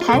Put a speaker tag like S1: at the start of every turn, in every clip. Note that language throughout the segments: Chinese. S1: 台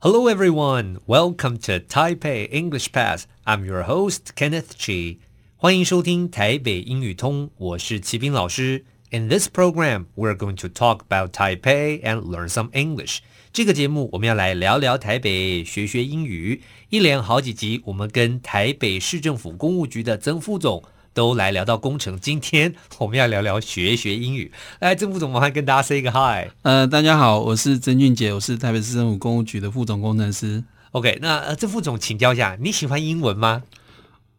S2: Hello, everyone. Welcome to Taipei English Pass. I'm your host Kenneth Chi. 欢迎收听台北英语通，我是齐斌老师。In this program, we're going to talk about Taipei and learn some English. 这个节目我们要来聊聊台北，学学英语。一连好几集，我们跟台北市政府公务局的曾副总都来聊到工程。今天我们要聊聊学学英语。来，曾副总，麻烦跟大家 say 个 hi。
S3: 呃，大家好，我是曾俊杰，我是台北市政府公务局的副总工程师。
S2: OK，那呃，曾副总请教一下，你喜欢英文吗？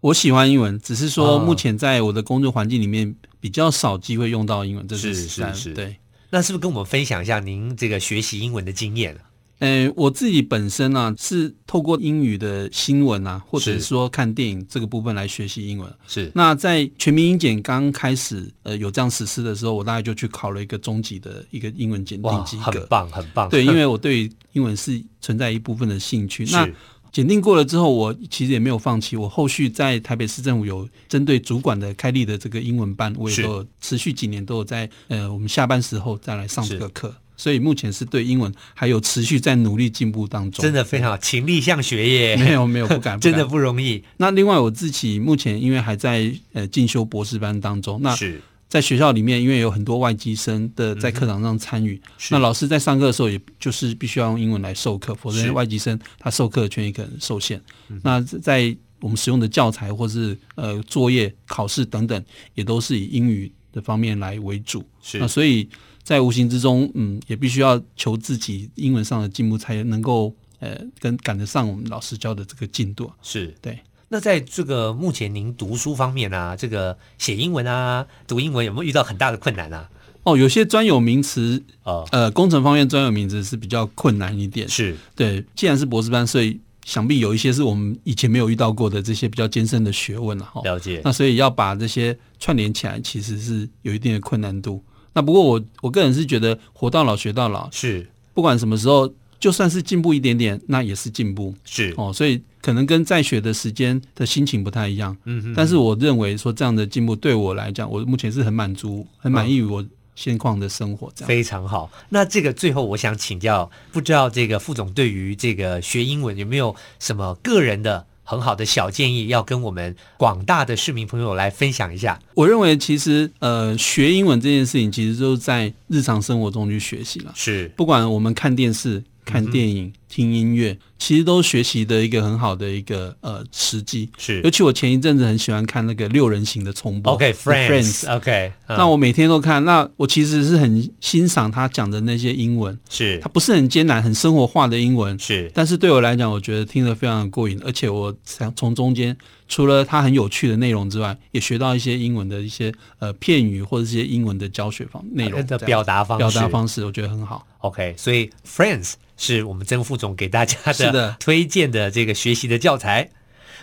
S3: 我喜欢英文，只是说
S2: 哦
S3: 目前在我的工作环境里面比较少机会用到英文，这
S2: 是
S3: 是
S2: 是
S3: 但
S2: 是
S3: 对。
S2: 那是不是跟我们分享一下您这个学习英文的经验？啊
S3: 呃，我自己本身啊是透过英语的新闻啊，或者
S2: 是
S3: 是说看电影这个部分来学习英文。
S2: 是
S3: 那在全民英检刚开始呃有这样实施的时候，我大概就去考了一个中级的一个英文检
S2: 哇，
S3: 定及
S2: 很
S3: 格。
S2: 棒，很棒。
S3: 对，因为我对于英文是存在一部分的兴趣。那
S2: 是
S3: 检定过了之后，我其实也没有放弃。我后续在台北市政府有针对主管的开立的这个英文班，我也
S2: 是
S3: 都有持续几年都有在呃我们下班时候再来上这
S2: 是
S3: 个课，所以目前是对英文还有持续在努力进步当中。
S2: 真的非常好，勤力向学耶，
S3: 没有没 有不敢
S2: 真的
S3: 不敢。
S2: 不容易。
S3: 那另外我自己目前因为还在呃进修博士班当中，那
S2: 是
S3: 在学校里面因为有很多外籍生的在课堂上参与，
S2: 嗯是
S3: 那老师在上课的时候，也就是必须要用英文来授课，否
S2: 是嗯
S3: 则外籍生他授课的权益可能受限。那在我们使用的教材或是呃作业、考试等等，也都是以英语的方面来为主。
S2: 是
S3: 那所以在无形之中，嗯，也必须要求自己英文上的进步，才能够呃跟赶得上我们老师教的这个进度。
S2: 是，
S3: 对。
S2: 那在这个目前您读书方面啊，这个写英文啊，读英文有没有遇到很大的困难啊？
S3: 哦，有些专有名词，
S2: 呃，
S3: 呃，工程方面专有名词是比较困难一点。
S2: 是
S3: 对，既然是博士班，所以想必有一些是我们以前没有遇到过的这些比较艰深的学问啊了哈。
S2: 了解
S3: 那所以要把这些串联起来，其实是有一定的困难度。那不过我我个人是觉得活到老学到老，
S2: 是
S3: 不管什么时候，就算是进步一点点，那也是进步
S2: 是，
S3: 哦。所以可能跟在学的时间的心情不太一样，
S2: 嗯哼，
S3: 但是我认为说这样的进步对我来讲，我目前是很满足、很满意于我现况的生活这样。
S2: 非常好。那这个最后我想请教，不知道这个副总对于这个学英文有没有什么个人的很好的小建议，要跟我们广大的市民朋友来分享一下？
S3: 我认为其实呃，学英文这件事情，其实就是在日常生活中去学习了。
S2: 是
S3: 不管我们看电视、看电
S2: 嗯
S3: 影、听音乐，其实都学习的一个很好的一个呃时机。
S2: 是
S3: 尤其我前一阵子很喜欢看那个六人行的重播 The
S2: ，OK，Friends，OK，、嗯
S3: 那我每天都看，那我其实是很欣赏他讲的那些英文，
S2: 是
S3: 它不是很艰难、很生活化的英文，
S2: 是
S3: 但是对我来讲，我觉得听得非常过瘾，而且我想从中间除了它很有趣的内容之外，也学到一些英文的一些呃片语或者是一些英文的教学方内容
S2: 的
S3: 这样
S2: 表达方式
S3: 表达方式，我觉得很好。
S2: OK，所以 Friends 是我们曾副总给大家
S3: 是
S2: 的
S3: 的
S2: 推荐的这个学习的教材。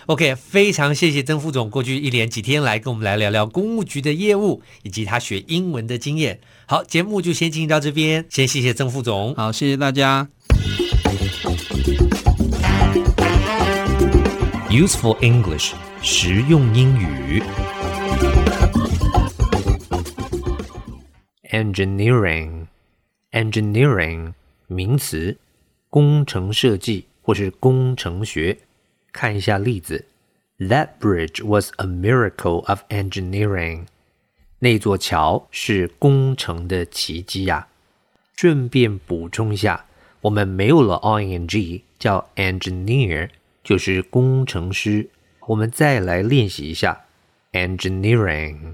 S2: OK，非常谢谢曾副总过去一连几天来跟我们来聊聊公务局的业务以及他学英文的经验。好，节目就先进行到这边，先谢谢曾副总。
S3: 好，谢谢大家。
S2: Useful English，实用英语。Engineering, engineering 名词，工程设计或是工程学。看一下例子：That bridge was a miracle of engineering。那座桥是工程的奇迹啊呀、顺便补充一下，我们没有了 ing，叫 engineer，就是工程师。我们再来练习一下 engineering。